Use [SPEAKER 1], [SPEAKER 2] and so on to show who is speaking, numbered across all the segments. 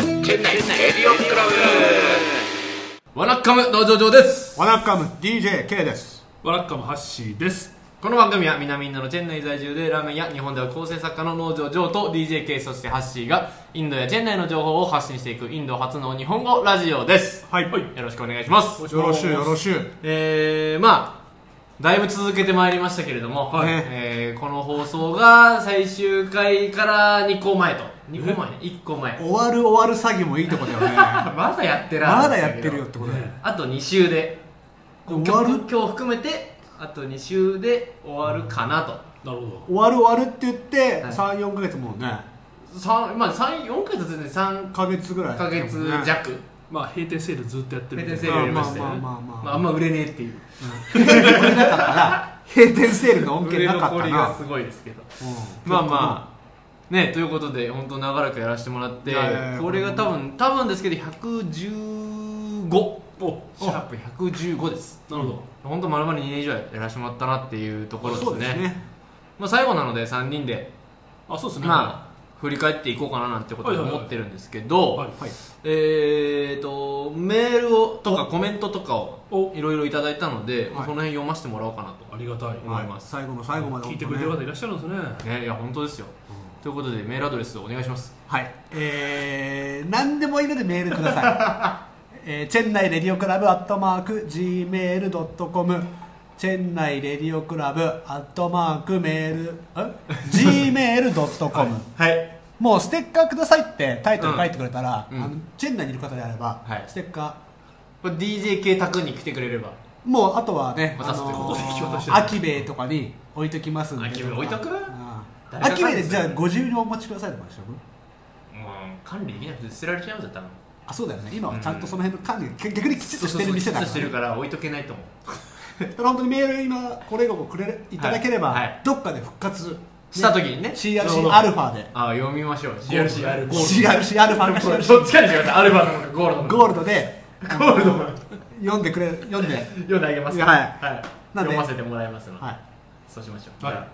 [SPEAKER 1] エディオンクラブワナッカム道場上です
[SPEAKER 2] ワナッカム DJK です
[SPEAKER 3] ワラッカムハッシーです
[SPEAKER 1] この番組は南インドのチェン内在住でラーメンや日本では構成作家の農場上と DJK そしてハッシーがインドやチェン内の情報を発信していくインド初の日本語ラジオです
[SPEAKER 2] はい
[SPEAKER 3] はい
[SPEAKER 1] よろしくお願いします
[SPEAKER 2] よろしゅうよろしゅう
[SPEAKER 1] えー、まあだいぶ続けてまいりましたけれども、
[SPEAKER 2] はい
[SPEAKER 1] えーこの放送が最終回から2個前と2個前ね1個前
[SPEAKER 2] 終わる終わる詐欺もいいとこだよねま
[SPEAKER 1] まだやってない
[SPEAKER 2] だやってるよってことだよ
[SPEAKER 1] あと2週で今日
[SPEAKER 2] 終わる
[SPEAKER 1] 今日含めてあと2週で終わるかなと
[SPEAKER 3] なるほ
[SPEAKER 2] 終わる終わるって言って
[SPEAKER 1] はい
[SPEAKER 2] 34か月もうね
[SPEAKER 1] 三まあ三4ヶ月で3
[SPEAKER 2] 1ヶ月ぐらい
[SPEAKER 1] ヶ月
[SPEAKER 2] ね
[SPEAKER 1] 弱
[SPEAKER 3] どまあ閉店セールずっとやってる
[SPEAKER 1] 閉
[SPEAKER 3] みたい
[SPEAKER 1] 店
[SPEAKER 3] な
[SPEAKER 1] セールやりましたよね
[SPEAKER 2] まあまあまあまあ
[SPEAKER 1] まああんま売れねえっていう
[SPEAKER 2] 閉店セールの恩
[SPEAKER 1] 売
[SPEAKER 2] 恵
[SPEAKER 1] れ
[SPEAKER 2] なかっ
[SPEAKER 1] 残
[SPEAKER 2] た
[SPEAKER 1] り
[SPEAKER 2] な
[SPEAKER 1] がすごいですけど
[SPEAKER 2] うん
[SPEAKER 1] まあまあねということで本当長らくやらせてもらって
[SPEAKER 2] いやいやいや
[SPEAKER 1] これが多分多分ですけど115
[SPEAKER 3] お
[SPEAKER 1] シャープ115です
[SPEAKER 3] なるほど
[SPEAKER 1] 本当まるまる2年以上やらせてもらったなっていうところですね
[SPEAKER 2] そうですね
[SPEAKER 1] まあ、最後なので3人で
[SPEAKER 3] あそうですね
[SPEAKER 1] まあ振り返っていこうかななんてことを思ってるんですけど、
[SPEAKER 3] はい
[SPEAKER 2] はい
[SPEAKER 1] えー、とメールをとかコメントとかを
[SPEAKER 3] お
[SPEAKER 1] いろいろいただいたので、まあ
[SPEAKER 2] はい
[SPEAKER 1] その辺読ませてもらおうかなと、
[SPEAKER 3] ありがたい
[SPEAKER 1] 思います
[SPEAKER 2] はい最後の最後まで
[SPEAKER 3] 聞いてく
[SPEAKER 2] 本
[SPEAKER 3] れ
[SPEAKER 2] 当
[SPEAKER 3] てる方
[SPEAKER 2] ね
[SPEAKER 3] いらっしゃるんですね
[SPEAKER 1] ね、いや本当ですよ、ということでメールアドレスお願いします
[SPEAKER 2] はい、えー、何でもいいのでメールくださ い、えー、チェンナイレディオクラブアットマーク Gmail.com チェンナイレディオクラブアットマークメールん Gmail.com、
[SPEAKER 1] はい
[SPEAKER 2] もうステッカーくださいってタイトル書いてくれたら、
[SPEAKER 1] うんうん
[SPEAKER 2] あのチェンナイにいる方であれば、
[SPEAKER 1] はい
[SPEAKER 2] ステッカ
[SPEAKER 1] これ DJK 宅に来てくれれば
[SPEAKER 2] ーもうあとはね、
[SPEAKER 1] 渡すってこ
[SPEAKER 2] の
[SPEAKER 1] と
[SPEAKER 3] で引き渡して
[SPEAKER 2] ー、アキベイとかに置いときますんで
[SPEAKER 1] アキベイ置いとく
[SPEAKER 2] あー
[SPEAKER 1] 誰が
[SPEAKER 2] アキベイでじゃあご自由にお持ちくださいとかでしょ
[SPEAKER 1] うん管理できなくて捨てられちゃうんだよ多分
[SPEAKER 2] あそうだよね今はちゃんとその辺の管理が逆にきちっとしてる店だ
[SPEAKER 1] そうそうそうきちっとして
[SPEAKER 2] から
[SPEAKER 1] るから置いとけないと思う
[SPEAKER 2] ただ本当にメール今これ以後もくれいただければ、
[SPEAKER 1] はいはい
[SPEAKER 2] どっかで復活
[SPEAKER 1] した時にね
[SPEAKER 2] CRC アルファで
[SPEAKER 1] あ読みましょう CRC
[SPEAKER 3] CRC
[SPEAKER 1] アルゴ
[SPEAKER 3] ゴ
[SPEAKER 1] ー
[SPEAKER 2] CRC アルファ
[SPEAKER 1] ル
[SPEAKER 2] か
[SPEAKER 1] ド
[SPEAKER 2] CRC
[SPEAKER 1] どっちかにしてくださいアルファなのかゴールドなのか
[SPEAKER 2] ゴールドで
[SPEAKER 1] ゴールドも
[SPEAKER 2] 読んでくれ読んで、はい、
[SPEAKER 1] 読んであげます
[SPEAKER 2] は
[SPEAKER 1] はい、
[SPEAKER 2] いなん
[SPEAKER 1] 読
[SPEAKER 2] で
[SPEAKER 1] ませてもらいますので、そうしましょう、
[SPEAKER 3] はい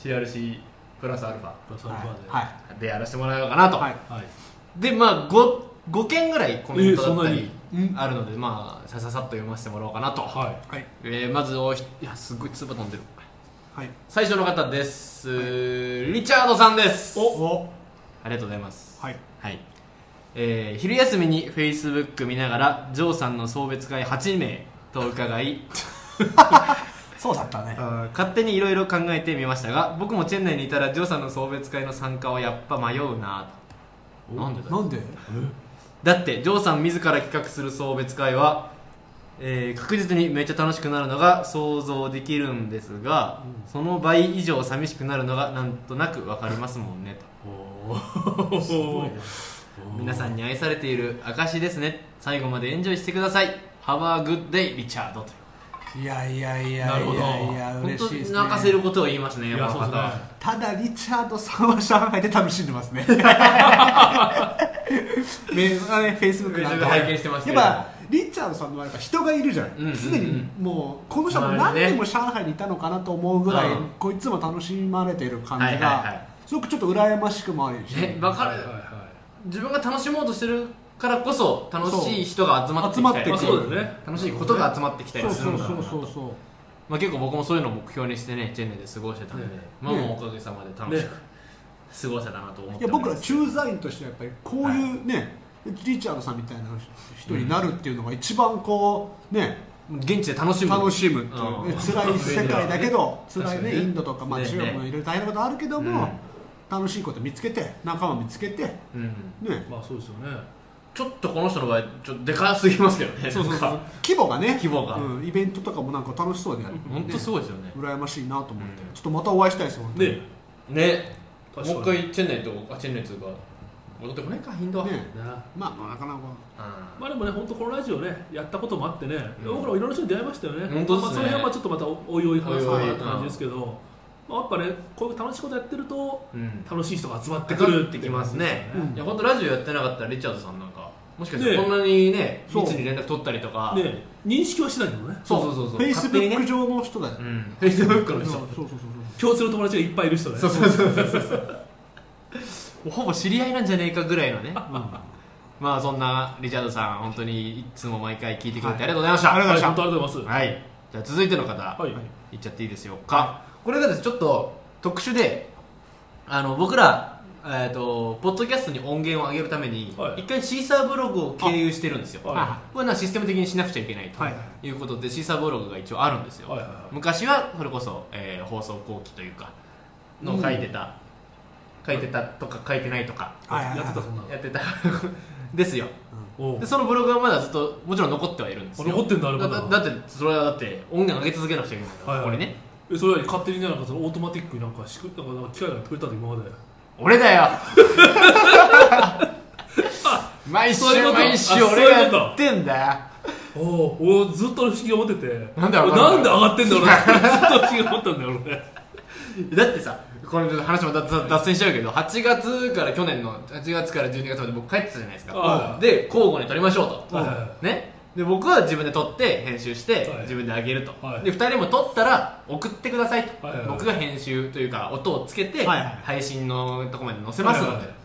[SPEAKER 1] じゃあ CRC プラスアルファ
[SPEAKER 3] プラスアルファで
[SPEAKER 2] はい
[SPEAKER 1] でやらせてもらおうかなと、
[SPEAKER 2] はい
[SPEAKER 3] はい
[SPEAKER 1] でまあ 5, 5件ぐらいコメントだったり、
[SPEAKER 2] えーそんなにうん
[SPEAKER 1] あるのでまあさささっと読ませてもらおうかなと、
[SPEAKER 3] はい
[SPEAKER 2] はい
[SPEAKER 1] えーまずおひいやすごい唾飛んでる
[SPEAKER 2] はい
[SPEAKER 1] 最初の方です、リチャードさんです
[SPEAKER 2] お
[SPEAKER 1] ありがとうございます
[SPEAKER 2] はい
[SPEAKER 1] はい、えー昼休みにフェイスブック見ながらジョーさんの送別会8名と伺い
[SPEAKER 2] そうだったね
[SPEAKER 1] あー勝手にいろいろ考えてみましたが僕もチェン内にいたらジョーさんの送別会の参加はやっぱ迷うなとなんでだ
[SPEAKER 2] なんで
[SPEAKER 1] だってジョーさん自ら企画する送別会は、えー確実にめっちゃ楽しくなるのが想像できるんですが、その倍以上寂しくなるのがなんとなくわかりますもんねと
[SPEAKER 3] おーすごいね
[SPEAKER 1] 皆さんに愛されている証ですね最後までエンジョイしてください Have a good day リチャードと
[SPEAKER 2] いやいやい
[SPEAKER 3] な
[SPEAKER 2] や
[SPEAKER 3] るほ
[SPEAKER 2] い
[SPEAKER 3] ど
[SPEAKER 2] やいや
[SPEAKER 1] 本
[SPEAKER 2] 嬉
[SPEAKER 1] 当
[SPEAKER 2] しいで
[SPEAKER 1] に
[SPEAKER 2] すね
[SPEAKER 1] 泣かせることを言います
[SPEAKER 3] い
[SPEAKER 1] ね
[SPEAKER 3] や
[SPEAKER 1] この
[SPEAKER 3] そう
[SPEAKER 1] 方
[SPEAKER 3] ですね
[SPEAKER 1] は
[SPEAKER 2] ただリチャードさんは上海で楽しんでますね メールがねフェイスブックなんか
[SPEAKER 1] Facebook 拝見してますけ
[SPEAKER 2] やっ
[SPEAKER 1] ど
[SPEAKER 2] ぱリチャードさんの場合は人がいるじゃない、
[SPEAKER 1] うんうんうん
[SPEAKER 2] 常にもうこの人はもう何年も上海にいたのかなと思うぐらい、
[SPEAKER 1] うん
[SPEAKER 2] こいつも楽しまれてる感
[SPEAKER 1] はい
[SPEAKER 2] じ
[SPEAKER 1] はいはい
[SPEAKER 2] がすごくちょっと羨ましくもあるし
[SPEAKER 1] ねわかる
[SPEAKER 3] はいはいは
[SPEAKER 1] 自分が楽しもうとしてるからこそ楽しい人が集まってきたり
[SPEAKER 3] いまあ
[SPEAKER 2] 集
[SPEAKER 3] そ
[SPEAKER 2] まっ
[SPEAKER 3] うだよね
[SPEAKER 1] 楽しいことが集まってきた
[SPEAKER 2] そ
[SPEAKER 1] り
[SPEAKER 2] う
[SPEAKER 1] する
[SPEAKER 2] そ
[SPEAKER 1] ん
[SPEAKER 2] う
[SPEAKER 1] だろ
[SPEAKER 2] そうう
[SPEAKER 1] なと
[SPEAKER 2] そうそう
[SPEAKER 1] まあ結構僕もそういうのを目標にしてねチェンネで過ごしてたんで、
[SPEAKER 3] ね
[SPEAKER 1] まあもう
[SPEAKER 2] ね
[SPEAKER 1] おかげさまで楽しく
[SPEAKER 3] ね
[SPEAKER 1] 過ごせたなと思っ
[SPEAKER 2] い
[SPEAKER 1] て
[SPEAKER 2] や僕ら
[SPEAKER 1] ますけど
[SPEAKER 2] 駐在員としてはやっぱりこういうね、リチャードさんみたいな人になるっていうのが一番こうね、
[SPEAKER 1] 現地で楽しむ
[SPEAKER 2] 楽しむっていう、
[SPEAKER 1] うん
[SPEAKER 2] ね、辛い世界だけど
[SPEAKER 3] うん
[SPEAKER 2] 辛い
[SPEAKER 3] 確か
[SPEAKER 2] ね
[SPEAKER 3] にね
[SPEAKER 2] インドとか、まあ、
[SPEAKER 1] ね
[SPEAKER 2] 中国もいろいろ大変なことあるけども、
[SPEAKER 1] うん
[SPEAKER 2] 楽しいこと見つけて仲間見つけてね
[SPEAKER 1] うん
[SPEAKER 3] いまあそうですよね
[SPEAKER 1] ちょっとこの人の場合ちょっとでかすぎますけどね
[SPEAKER 2] そうそう
[SPEAKER 1] な
[SPEAKER 2] そ
[SPEAKER 1] ん
[SPEAKER 2] う
[SPEAKER 1] か
[SPEAKER 2] 規模がね
[SPEAKER 1] 規模が
[SPEAKER 2] うん、イベントとかもなんか楽しそうでやる
[SPEAKER 1] 本当すごいですよね
[SPEAKER 2] 羨ましいなと思って、
[SPEAKER 1] うん
[SPEAKER 2] ちょっとまたお会いしたいですもん
[SPEAKER 3] ね
[SPEAKER 1] ねもう
[SPEAKER 3] 確かに
[SPEAKER 1] 一回チェンネとあチェンネとか戻ってこないか頻度は、
[SPEAKER 2] ね
[SPEAKER 3] ね
[SPEAKER 2] まあなかなか
[SPEAKER 1] あ
[SPEAKER 3] まあでもね、本当このラジオね、やったこともあってね、
[SPEAKER 1] うん
[SPEAKER 3] 僕らもいろんな人に出会いましたよね。
[SPEAKER 1] 本当で
[SPEAKER 3] ま
[SPEAKER 1] すね
[SPEAKER 3] あその辺はまあちょっとまたおおいおい話そうかなって感じですけど、まあやっぱね、こういう楽しいことやってると、
[SPEAKER 1] ーうん
[SPEAKER 3] 楽しい人が集まってくるって
[SPEAKER 1] 集まってきますね
[SPEAKER 3] うん
[SPEAKER 1] いや本当ラジオやってなかったらリチャードさんなんかもしかして
[SPEAKER 3] ね
[SPEAKER 1] こんなにね
[SPEAKER 2] そう
[SPEAKER 1] 密に連絡取ったりとか、
[SPEAKER 3] ね、認識はしてないけどね。
[SPEAKER 1] そうそうそうそう
[SPEAKER 2] フェイス
[SPEAKER 1] 勝
[SPEAKER 2] ブ
[SPEAKER 1] 手に
[SPEAKER 2] ッ
[SPEAKER 1] ね
[SPEAKER 2] ク上の人だよ、
[SPEAKER 1] うんフェイスブック
[SPEAKER 2] そう
[SPEAKER 1] の
[SPEAKER 2] そう
[SPEAKER 1] 人
[SPEAKER 2] そうそう
[SPEAKER 3] 共通の友達がいっぱいいる人ね。
[SPEAKER 1] そうそうそうそうそうほぼ知り合いなんじゃねえかぐらいのね
[SPEAKER 2] うん
[SPEAKER 1] ままあそんなリチャードさん本当にいつも毎回聞いてくれてありがとうございました、
[SPEAKER 2] ありがとうございました
[SPEAKER 3] 本当ありがとうございま
[SPEAKER 1] はい、じゃあ続いての方、
[SPEAKER 3] す。はい。
[SPEAKER 1] いっちゃっていいですよか、これがですねちょっと特殊であの僕ら、えー、とポッドキャストに音源を上げるために一、
[SPEAKER 3] はい
[SPEAKER 1] 回シーサーブログを経由してるんですよ
[SPEAKER 3] あは
[SPEAKER 1] これはシステム的にしなくちゃいけない
[SPEAKER 2] はい
[SPEAKER 1] ということで、シーサーブログが一応あるんですよ、
[SPEAKER 3] はいはいはい
[SPEAKER 1] 昔はそれこそ、えー放送後期というかのを書いてた、書いてたとか書いてないとか
[SPEAKER 2] はいはい
[SPEAKER 3] やってたそんなの。
[SPEAKER 1] やってた ですよ
[SPEAKER 3] おう
[SPEAKER 1] でそのブログはまだずっともちろん残ってはいるんですよ
[SPEAKER 3] あ残ってんだあれまだ
[SPEAKER 1] だだってそれはだって音源上げ続けなくちゃいけないから、
[SPEAKER 3] はいはい
[SPEAKER 1] これね
[SPEAKER 3] えそれは勝手にねなんかそのオートマティックになんか仕組なんかなんか機械が作れたの今まで。
[SPEAKER 1] 俺だよ毎週
[SPEAKER 3] そういうこと
[SPEAKER 1] 毎週
[SPEAKER 3] あ
[SPEAKER 1] 俺
[SPEAKER 3] そ
[SPEAKER 1] が
[SPEAKER 3] ういうこと
[SPEAKER 1] やってんだよ
[SPEAKER 3] おお、俺ずっと不思議思ってて。
[SPEAKER 1] なんで上がるの
[SPEAKER 3] なんで上がってんだろうなってずっと不思議思ったんだよ俺。
[SPEAKER 1] だってさこれちょっと話も脱脱線しちゃうけど8月から去年の8月から12月まで僕帰ってたじゃないですか
[SPEAKER 3] ああ
[SPEAKER 1] で交互に撮りましょうと、
[SPEAKER 3] はいはいは
[SPEAKER 1] ねで僕は自分で撮って編集して
[SPEAKER 3] はい
[SPEAKER 1] 自分であげると、
[SPEAKER 3] はい
[SPEAKER 1] で2人も撮ったら送ってくださいと、
[SPEAKER 3] はいはいはい
[SPEAKER 1] 僕が編集というか音をつけて
[SPEAKER 2] はいはい
[SPEAKER 1] 配信のとこまで載せますので、
[SPEAKER 3] はいはいはい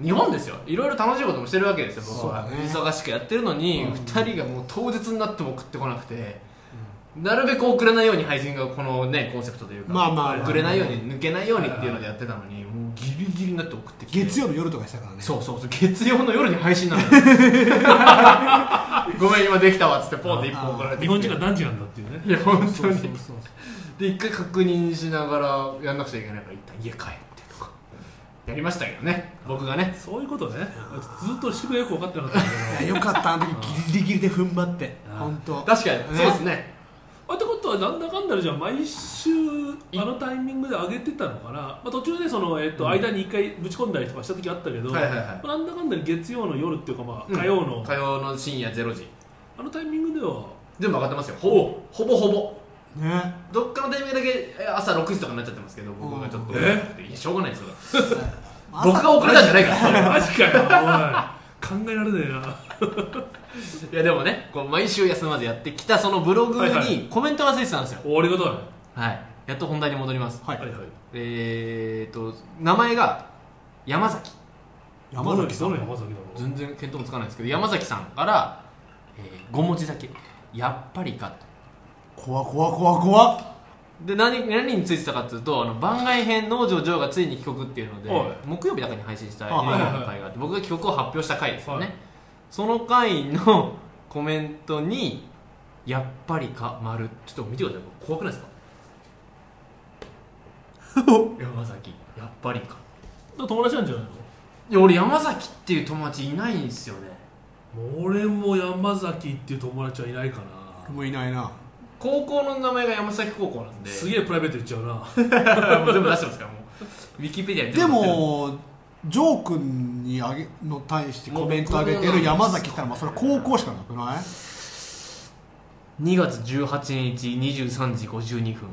[SPEAKER 1] 日本ですよいろいろ楽しいこともしてるわけですよ僕は、
[SPEAKER 2] そうだね
[SPEAKER 1] 忙しくやってるのに2人がもう当日になっても送ってこなくて、なるべく遅れないように配信がこのねコンセプトというか、
[SPEAKER 2] まあまあ
[SPEAKER 1] 遅れないように抜けないようにっていうのでやってたのにもうギリギリになって送ってきて
[SPEAKER 2] 月曜の夜とかしたからね
[SPEAKER 1] そうそうそう月曜の夜に配信なのよごめん今できたわっつってポンって一本送られ て
[SPEAKER 3] 日
[SPEAKER 1] き
[SPEAKER 3] 本
[SPEAKER 1] て
[SPEAKER 3] 人が何時なんだっていうね。
[SPEAKER 1] いや本
[SPEAKER 2] そ
[SPEAKER 1] 当
[SPEAKER 2] う
[SPEAKER 1] に
[SPEAKER 2] そうそう
[SPEAKER 1] で一回確認しながらやんなくちゃいけないから一旦家帰ってとかやりましたけどね僕がね
[SPEAKER 3] そういうことね。ずっと宿題よく分かってなかったんだけ
[SPEAKER 2] いやよかったあの時ギリギリで踏ん張って
[SPEAKER 3] あ
[SPEAKER 2] 本当
[SPEAKER 1] 確かにそうですね
[SPEAKER 3] ど。あってことはなんだかんだでじゃあ毎週あのタイミングで上げてたのかな。まあ途中でそのえっと間に一回ぶち込んだりとかした時あったけど、
[SPEAKER 1] はいはいはい
[SPEAKER 3] まあなんだかんだで月曜の夜っていうかまあ
[SPEAKER 1] うん
[SPEAKER 3] 火曜の
[SPEAKER 1] 火曜の深夜0時
[SPEAKER 3] あのタイミングでは。
[SPEAKER 1] 全部上がってますよほぼほぼほぼ
[SPEAKER 2] ね
[SPEAKER 1] どっかのタイミングだけえ朝6時とかになっちゃってますけど僕がちょっと
[SPEAKER 3] え
[SPEAKER 1] いやしょうがないですよ
[SPEAKER 2] 朝
[SPEAKER 1] 僕が遅れたんじゃない から
[SPEAKER 3] マジかよ、おい。考えられねえな。
[SPEAKER 1] いやでもねこう毎週休まずやってきたそのブログ
[SPEAKER 3] はいは
[SPEAKER 1] に
[SPEAKER 3] い
[SPEAKER 1] コメントがついてたんですよ
[SPEAKER 3] おありがたい。
[SPEAKER 1] はいやっと本題に戻ります
[SPEAKER 2] はい
[SPEAKER 3] はいはい。
[SPEAKER 1] えーと名前が山崎
[SPEAKER 2] 山崎さん
[SPEAKER 3] どの山崎だろう。
[SPEAKER 1] 全然見当もつかないですけど山崎さんから、え5文字だけ「やっぱりか」と
[SPEAKER 2] 怖怖怖怖
[SPEAKER 1] で何何についてたかっていうとあの番外編農場ジョーがついに帰国っていうので
[SPEAKER 3] はい
[SPEAKER 1] 木曜日だけに配信した映
[SPEAKER 2] あ
[SPEAKER 1] 画
[SPEAKER 2] はいはい
[SPEAKER 3] はい
[SPEAKER 1] の回があって僕が帰国を発表した回ですよ
[SPEAKER 3] は
[SPEAKER 1] ね、
[SPEAKER 3] い
[SPEAKER 1] その回のコメントに「やっぱりか丸ちょっと見てください怖くないです か山崎やっぱりか
[SPEAKER 3] 友達なんじゃないの
[SPEAKER 1] いや俺山崎っていう友達いないんですよね
[SPEAKER 3] 俺も山崎っていう友達はいないか
[SPEAKER 2] 俺
[SPEAKER 3] な
[SPEAKER 2] もいないな
[SPEAKER 1] 高校の名前が山崎高校なんです
[SPEAKER 3] げえプライベート言っちゃうな
[SPEAKER 1] もう全部出してます からもうウィキペディアに
[SPEAKER 2] で
[SPEAKER 1] 全部載ってる
[SPEAKER 2] もジョー君にあげの対してコメントあげてる山崎ったらまあそれは高校しかなくない
[SPEAKER 1] 2月18日23時52分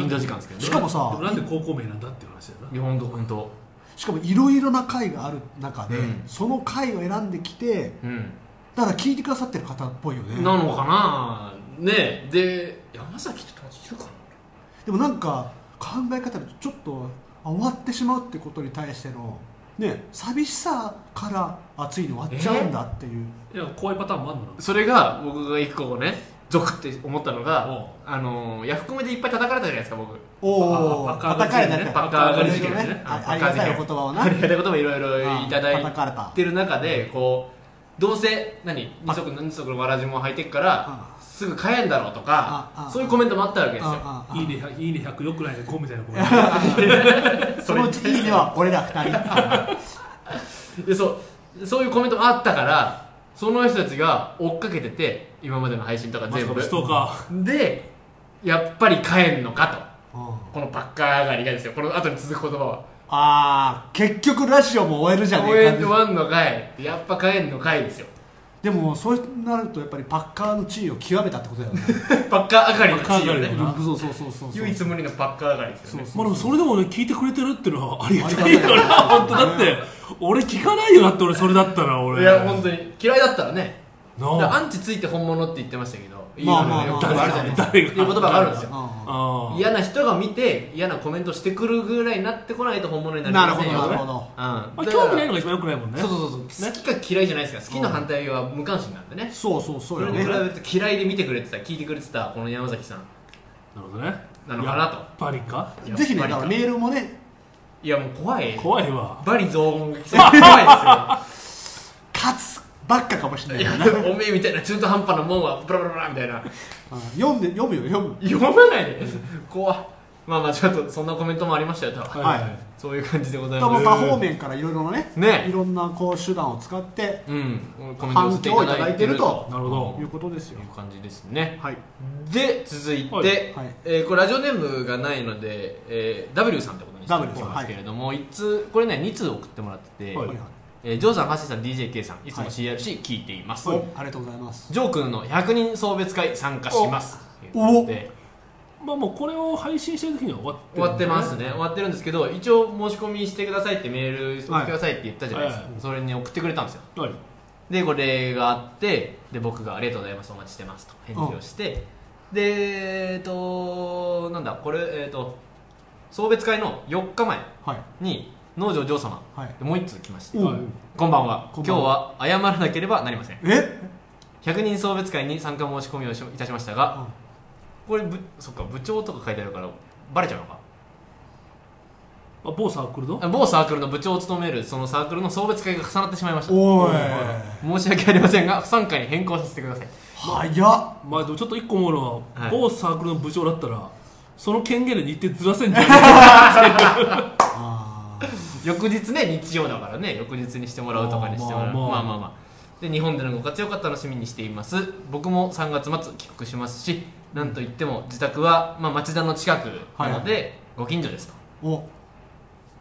[SPEAKER 1] インド時間ですけどね
[SPEAKER 2] しかもさ
[SPEAKER 3] でなんで高校名なんだっていう話だよな
[SPEAKER 1] 日本語本当
[SPEAKER 2] しかもいろいろな回がある中で、
[SPEAKER 1] うん
[SPEAKER 2] その回を選んできて
[SPEAKER 1] うん、
[SPEAKER 2] だから聞いてくださってる方っぽいよね
[SPEAKER 1] なのかなねえで山崎って友達いるか
[SPEAKER 2] でもなんか考え方でちょっとあ終わってしまうってことに対しての、ね、寂しさからあついに終わっちゃうんだっていう、
[SPEAKER 3] いや怖いパターンもあるの
[SPEAKER 1] なそれが僕が一個ねゾクって思ったの
[SPEAKER 3] おう
[SPEAKER 1] があのヤフコメでいっぱい叩かれたじゃないですか僕
[SPEAKER 2] おお
[SPEAKER 3] あ
[SPEAKER 2] 叩
[SPEAKER 3] バカ
[SPEAKER 2] かれ
[SPEAKER 3] 上が
[SPEAKER 2] たり
[SPEAKER 3] り
[SPEAKER 2] ね
[SPEAKER 3] ね
[SPEAKER 1] バカ上がり事件ですね
[SPEAKER 2] あありがたいお言葉をな
[SPEAKER 1] ありがたいこともいろいろいただい
[SPEAKER 2] 叩かれた
[SPEAKER 1] てる中でこうどうせ何二足何足のわらじも履いてっから
[SPEAKER 2] あ
[SPEAKER 1] すぐ帰んだろうと
[SPEAKER 2] あ
[SPEAKER 1] か
[SPEAKER 2] あ
[SPEAKER 1] そういうコメントもあったわけですよ
[SPEAKER 2] あああ
[SPEAKER 3] いいね100いいね100よくないね5みたいなコメン
[SPEAKER 2] そのうちいいねは俺ら二 人
[SPEAKER 1] でそうそういうコメントもあったからその人たちが追っかけてて今までの配信とか
[SPEAKER 3] トマジ
[SPEAKER 1] 全
[SPEAKER 3] か
[SPEAKER 1] 部
[SPEAKER 3] のストーカ
[SPEAKER 1] でやっぱり帰んのか
[SPEAKER 2] うん
[SPEAKER 1] とこのバッカー上がりがですよこの後に続く言葉は
[SPEAKER 2] あー結局ラジオも終えるじゃね
[SPEAKER 1] 応
[SPEAKER 2] え
[SPEAKER 1] 援で終
[SPEAKER 2] か
[SPEAKER 1] わんのかいやっぱ帰んのかいですよ
[SPEAKER 2] でもそうなるとやっぱりパッカーの地位を極めたってことだよね
[SPEAKER 1] バッカー上がりのチー
[SPEAKER 3] バッ
[SPEAKER 1] ム
[SPEAKER 3] カー上がり
[SPEAKER 1] ね
[SPEAKER 3] のな
[SPEAKER 2] そうそうそうそうそう
[SPEAKER 1] 唯一無二のバッカー上がりですよね
[SPEAKER 3] ーまあでもそれでもね聞いてくれてるっていうのはありがた
[SPEAKER 2] あ
[SPEAKER 3] い
[SPEAKER 2] りがた
[SPEAKER 3] よ
[SPEAKER 2] い
[SPEAKER 3] な 本当だって俺聞かないよなって俺それだったら俺
[SPEAKER 1] いや本
[SPEAKER 3] 当
[SPEAKER 1] 当に嫌いだったらねだから
[SPEAKER 3] な
[SPEAKER 1] ア
[SPEAKER 3] あ
[SPEAKER 1] ンチついて本物って言ってましたけどいい悪い
[SPEAKER 2] まあ
[SPEAKER 1] よ
[SPEAKER 2] まあ
[SPEAKER 1] くあるじゃないですかって
[SPEAKER 3] 誰
[SPEAKER 1] いう
[SPEAKER 3] が
[SPEAKER 1] 言葉があるんですよ
[SPEAKER 2] あ
[SPEAKER 3] あー
[SPEAKER 1] 嫌な人が見て嫌なコメントしてくるぐらいになってこないと本物にな
[SPEAKER 2] あ
[SPEAKER 1] り
[SPEAKER 2] なる
[SPEAKER 1] ま
[SPEAKER 2] ほ
[SPEAKER 1] せん
[SPEAKER 2] ど
[SPEAKER 1] よ
[SPEAKER 2] なる
[SPEAKER 1] ね
[SPEAKER 2] ほど
[SPEAKER 1] う
[SPEAKER 3] ま
[SPEAKER 1] ん
[SPEAKER 3] あ、
[SPEAKER 1] だから
[SPEAKER 3] 興味ないのが一番よくないもんね
[SPEAKER 1] そうそうそうそう、
[SPEAKER 3] ね
[SPEAKER 1] 好きか嫌いじゃないですか好きの反対は無関心なんでね、
[SPEAKER 2] そうそうそ
[SPEAKER 1] そうれ
[SPEAKER 2] よ
[SPEAKER 1] に
[SPEAKER 2] ね
[SPEAKER 1] 比べて嫌いで見てくれてた聞いてくれてたこの山崎さん
[SPEAKER 3] なるほどね
[SPEAKER 1] なのかなと
[SPEAKER 3] やっぱりか
[SPEAKER 2] ぜひね
[SPEAKER 1] や
[SPEAKER 2] だ
[SPEAKER 1] っ
[SPEAKER 2] か
[SPEAKER 1] ぱ
[SPEAKER 2] ら
[SPEAKER 1] り
[SPEAKER 2] メールもね
[SPEAKER 1] いやもう怖い
[SPEAKER 3] 怖いわ
[SPEAKER 1] バリ雑言 が来てる怖
[SPEAKER 2] 勝つばっかかもしれない
[SPEAKER 1] い
[SPEAKER 2] よ
[SPEAKER 1] ですよいやおめえみたいな中途半端なもんはブラブラブラみたいな
[SPEAKER 2] うん読んで読むよ読む
[SPEAKER 1] 読まないで怖っまあまあちょっとそんなコメントもありましたよ多分
[SPEAKER 2] はい
[SPEAKER 1] そういう感じでござい
[SPEAKER 2] 多
[SPEAKER 1] ま
[SPEAKER 2] 分
[SPEAKER 1] す
[SPEAKER 2] 他方面からいろいろなね
[SPEAKER 1] ね
[SPEAKER 2] いろんなこう手段を使って
[SPEAKER 1] うんコメントを
[SPEAKER 2] 反
[SPEAKER 1] して
[SPEAKER 2] 響をいただいてると
[SPEAKER 3] なるほど
[SPEAKER 2] いうことです
[SPEAKER 1] と
[SPEAKER 2] よ
[SPEAKER 1] いう感じですね
[SPEAKER 2] はい
[SPEAKER 1] で続いて、
[SPEAKER 3] はい
[SPEAKER 2] はい
[SPEAKER 1] えーこれラジオネームがないので、えー W さんってことにしておき
[SPEAKER 2] W さん
[SPEAKER 1] ますけれども、一通これね2通送ってもらってて、
[SPEAKER 3] は
[SPEAKER 2] はいいはい
[SPEAKER 1] えージョーさん、ハッシーさん、DJK さんいつも
[SPEAKER 2] はい
[SPEAKER 1] CRC 聞いています、
[SPEAKER 2] おありがとうございます
[SPEAKER 1] ジョー君の100人送別会参加します
[SPEAKER 2] お
[SPEAKER 1] ということで
[SPEAKER 3] まあもうこれを配信してる時には終わって
[SPEAKER 1] 終
[SPEAKER 3] る
[SPEAKER 1] わってますね終わってるんですけど一応申し込みしてくださいってメール送ってくださいって言ったじゃないですか、
[SPEAKER 3] はいは
[SPEAKER 1] それに送ってくれたんですよ
[SPEAKER 3] はい
[SPEAKER 1] でこれがあってで僕が「ありがとうございますお待ちしてます」と返事をして、でえっ、となんだこれえっ、と送別会の4日前
[SPEAKER 2] はい
[SPEAKER 1] に農場嬢様、
[SPEAKER 2] はい
[SPEAKER 1] でもう1通来まして
[SPEAKER 2] お
[SPEAKER 1] こ
[SPEAKER 3] はい
[SPEAKER 1] んばんは
[SPEAKER 2] こんば
[SPEAKER 1] 今
[SPEAKER 2] ん
[SPEAKER 1] 日は謝らなければなりません
[SPEAKER 2] え
[SPEAKER 1] 100人送別会に参加申し込みをしいたしましたがこれぶそっか部長とか書いてあるからバレちゃうのか
[SPEAKER 3] あ某サークルの
[SPEAKER 1] 某サークルの部長を務めるそのサークルの送別会が重なってしまいました
[SPEAKER 2] おい
[SPEAKER 1] 申し訳ありませんが不参加に変更させてください
[SPEAKER 2] 早っ
[SPEAKER 3] まあでもちょっと一個思うのは、
[SPEAKER 1] はい
[SPEAKER 3] 某サークルの部長だったらその権限で日程ずらせんじ ゃない
[SPEAKER 2] あー
[SPEAKER 1] 翌日ね日曜だからね翌日にしてもらうとかにしてもらう
[SPEAKER 3] ま
[SPEAKER 1] ま
[SPEAKER 3] あ
[SPEAKER 1] あ
[SPEAKER 3] ま
[SPEAKER 1] ま
[SPEAKER 3] あ
[SPEAKER 1] あ
[SPEAKER 3] ま
[SPEAKER 1] まあ、で日本でのご活躍を楽しみにしています僕も3月末帰国しますしなんといっても自宅は、まあ、町田の近くなので、ご近所ですと
[SPEAKER 2] お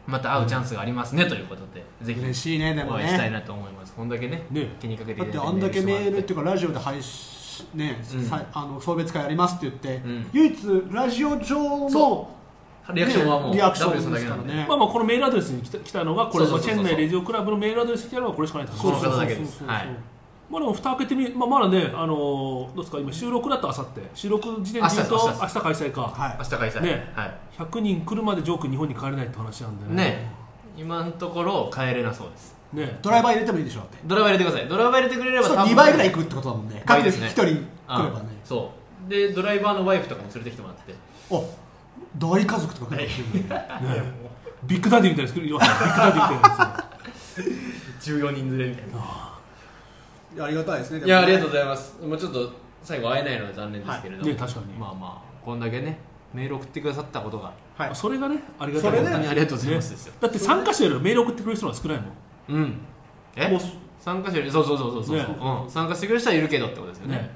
[SPEAKER 1] また会うチャンスがありますね、ということでぜひ
[SPEAKER 2] 嬉しいねで
[SPEAKER 1] お
[SPEAKER 2] も
[SPEAKER 1] 会いしたい
[SPEAKER 2] ね
[SPEAKER 1] なと思いますこんだけね
[SPEAKER 3] ね
[SPEAKER 1] 気にかけて
[SPEAKER 2] だ
[SPEAKER 1] い
[SPEAKER 2] った
[SPEAKER 1] だ
[SPEAKER 2] て
[SPEAKER 1] い
[SPEAKER 2] あ
[SPEAKER 1] て
[SPEAKER 2] んだけメー
[SPEAKER 1] し
[SPEAKER 2] ルっ
[SPEAKER 1] てて
[SPEAKER 2] いう
[SPEAKER 1] も
[SPEAKER 2] かラジオで配信ね
[SPEAKER 1] うん
[SPEAKER 2] さあの送別会やりますって言って
[SPEAKER 1] うん
[SPEAKER 2] 唯一ラジオ上の
[SPEAKER 1] そらってリアクションはもう、
[SPEAKER 2] ねリアクション
[SPEAKER 1] W さんだけなんで
[SPEAKER 2] ですからね
[SPEAKER 3] まあまあこのメールアドレスに来た来たのがこれ
[SPEAKER 1] そうそうそうそう
[SPEAKER 3] まあチェンナイレディオクラブのメールアドレスに来たのがこれしかないと
[SPEAKER 1] この方だけ
[SPEAKER 2] そう
[SPEAKER 1] で
[SPEAKER 2] そう
[SPEAKER 1] す
[SPEAKER 2] そうそう
[SPEAKER 1] はい
[SPEAKER 3] まあでも蓋開けてみまあまだねあのーどうですか今収録だとあさって収録時点で言うと
[SPEAKER 1] 明
[SPEAKER 3] 明
[SPEAKER 1] 日明日
[SPEAKER 3] 日開催か、
[SPEAKER 2] はい
[SPEAKER 1] 明日開催
[SPEAKER 3] ね
[SPEAKER 1] はい
[SPEAKER 3] 100人来るまでジョー君日本に帰れないって話なんでね
[SPEAKER 1] ね今のところ帰れなそうです
[SPEAKER 3] ね
[SPEAKER 2] ドライバー入れてもいいでしょうって
[SPEAKER 1] ドライバー入れてくださいドライバー入れてくれれば
[SPEAKER 2] そう
[SPEAKER 1] 多分
[SPEAKER 2] 2倍ぐらいいくってことだもんね
[SPEAKER 1] 倍
[SPEAKER 2] 各
[SPEAKER 1] で
[SPEAKER 2] 一
[SPEAKER 1] すね
[SPEAKER 2] 1人来れば
[SPEAKER 1] う
[SPEAKER 2] ね
[SPEAKER 1] んそうでドライバーのワイフとかも連れてきてもらって
[SPEAKER 2] お大家族とか来る かも
[SPEAKER 3] ねビッグダディみたいな作りビッグダディみたいなや
[SPEAKER 1] 14人連れみたいな
[SPEAKER 2] しれないありがたいですね
[SPEAKER 1] いやありがとう
[SPEAKER 2] う
[SPEAKER 1] ございますもうちょっと最後会えないのは残念ですけれど
[SPEAKER 3] つ
[SPEAKER 1] も、
[SPEAKER 3] ね確かに、
[SPEAKER 1] まあまあこんだけねメール送ってくださったことが
[SPEAKER 2] はい
[SPEAKER 3] それがねありがた
[SPEAKER 2] そ
[SPEAKER 3] い
[SPEAKER 2] れね
[SPEAKER 1] 本当にありがとうございます
[SPEAKER 3] ね
[SPEAKER 1] ですよ、
[SPEAKER 3] だって参加者よりメール送ってくれる人の方が少ないもん
[SPEAKER 1] うんえ
[SPEAKER 3] もう
[SPEAKER 1] 参加者よりそうそうそうそうそう、
[SPEAKER 3] ね
[SPEAKER 1] うん、参加してくれる人はいるけどってことですよね
[SPEAKER 3] ね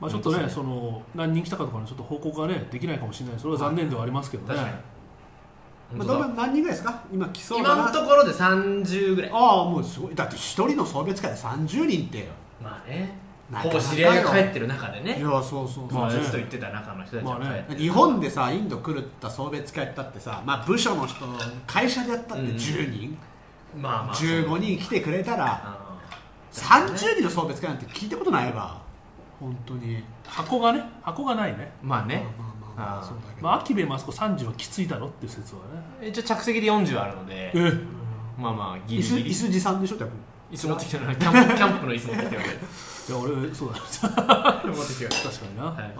[SPEAKER 3] まあ、ちょっと
[SPEAKER 1] 本当
[SPEAKER 3] ね
[SPEAKER 1] です
[SPEAKER 3] その何人来たかとかのちょっと報告がねできないかもしれないそれは残念ではありますけどね、
[SPEAKER 1] 確かに
[SPEAKER 2] ま
[SPEAKER 1] 本当
[SPEAKER 2] あど
[SPEAKER 1] だ
[SPEAKER 2] うも何人ぐらいですか今来そう
[SPEAKER 1] 今
[SPEAKER 2] だな
[SPEAKER 1] のところで30ぐらい
[SPEAKER 2] ああもうすごいだって一人の送別会で30人ってい
[SPEAKER 1] まあね
[SPEAKER 2] なか
[SPEAKER 1] ほ
[SPEAKER 2] なか
[SPEAKER 1] ぼ
[SPEAKER 2] よ
[SPEAKER 1] 知り合いが帰ってる中でね
[SPEAKER 2] やそうそうそう、
[SPEAKER 3] まあね
[SPEAKER 1] ずっと言ってた中の人たちが帰って、
[SPEAKER 3] まあね
[SPEAKER 2] 日本でさインド来るった送別会やったってさ、まあ、部署の人会社でやったって
[SPEAKER 1] うん
[SPEAKER 2] 10人、
[SPEAKER 1] まあまあ
[SPEAKER 2] 15人来てくれたら
[SPEAKER 1] あ
[SPEAKER 2] 30人の送別会なんて聞いたことないわ本当に
[SPEAKER 3] 箱がね箱がないね、
[SPEAKER 1] ーまあね
[SPEAKER 2] まあまあまあま
[SPEAKER 1] あ
[SPEAKER 2] あ
[SPEAKER 1] ー
[SPEAKER 2] そうだけど、
[SPEAKER 3] まあ、アキベマスコ30はきついだろっていう説はね
[SPEAKER 1] 一応着席で40あるので
[SPEAKER 3] え
[SPEAKER 1] まあまあギ
[SPEAKER 2] 椅
[SPEAKER 1] リ
[SPEAKER 2] 子
[SPEAKER 1] ギリ
[SPEAKER 2] 椅子持参でしょ多分
[SPEAKER 1] 椅子持ってきたのはキャンプキャンプの椅子持ってきたわけで
[SPEAKER 3] いや俺そうだ
[SPEAKER 1] 持ってきてくださ
[SPEAKER 3] 確かにな、
[SPEAKER 1] はい
[SPEAKER 3] あー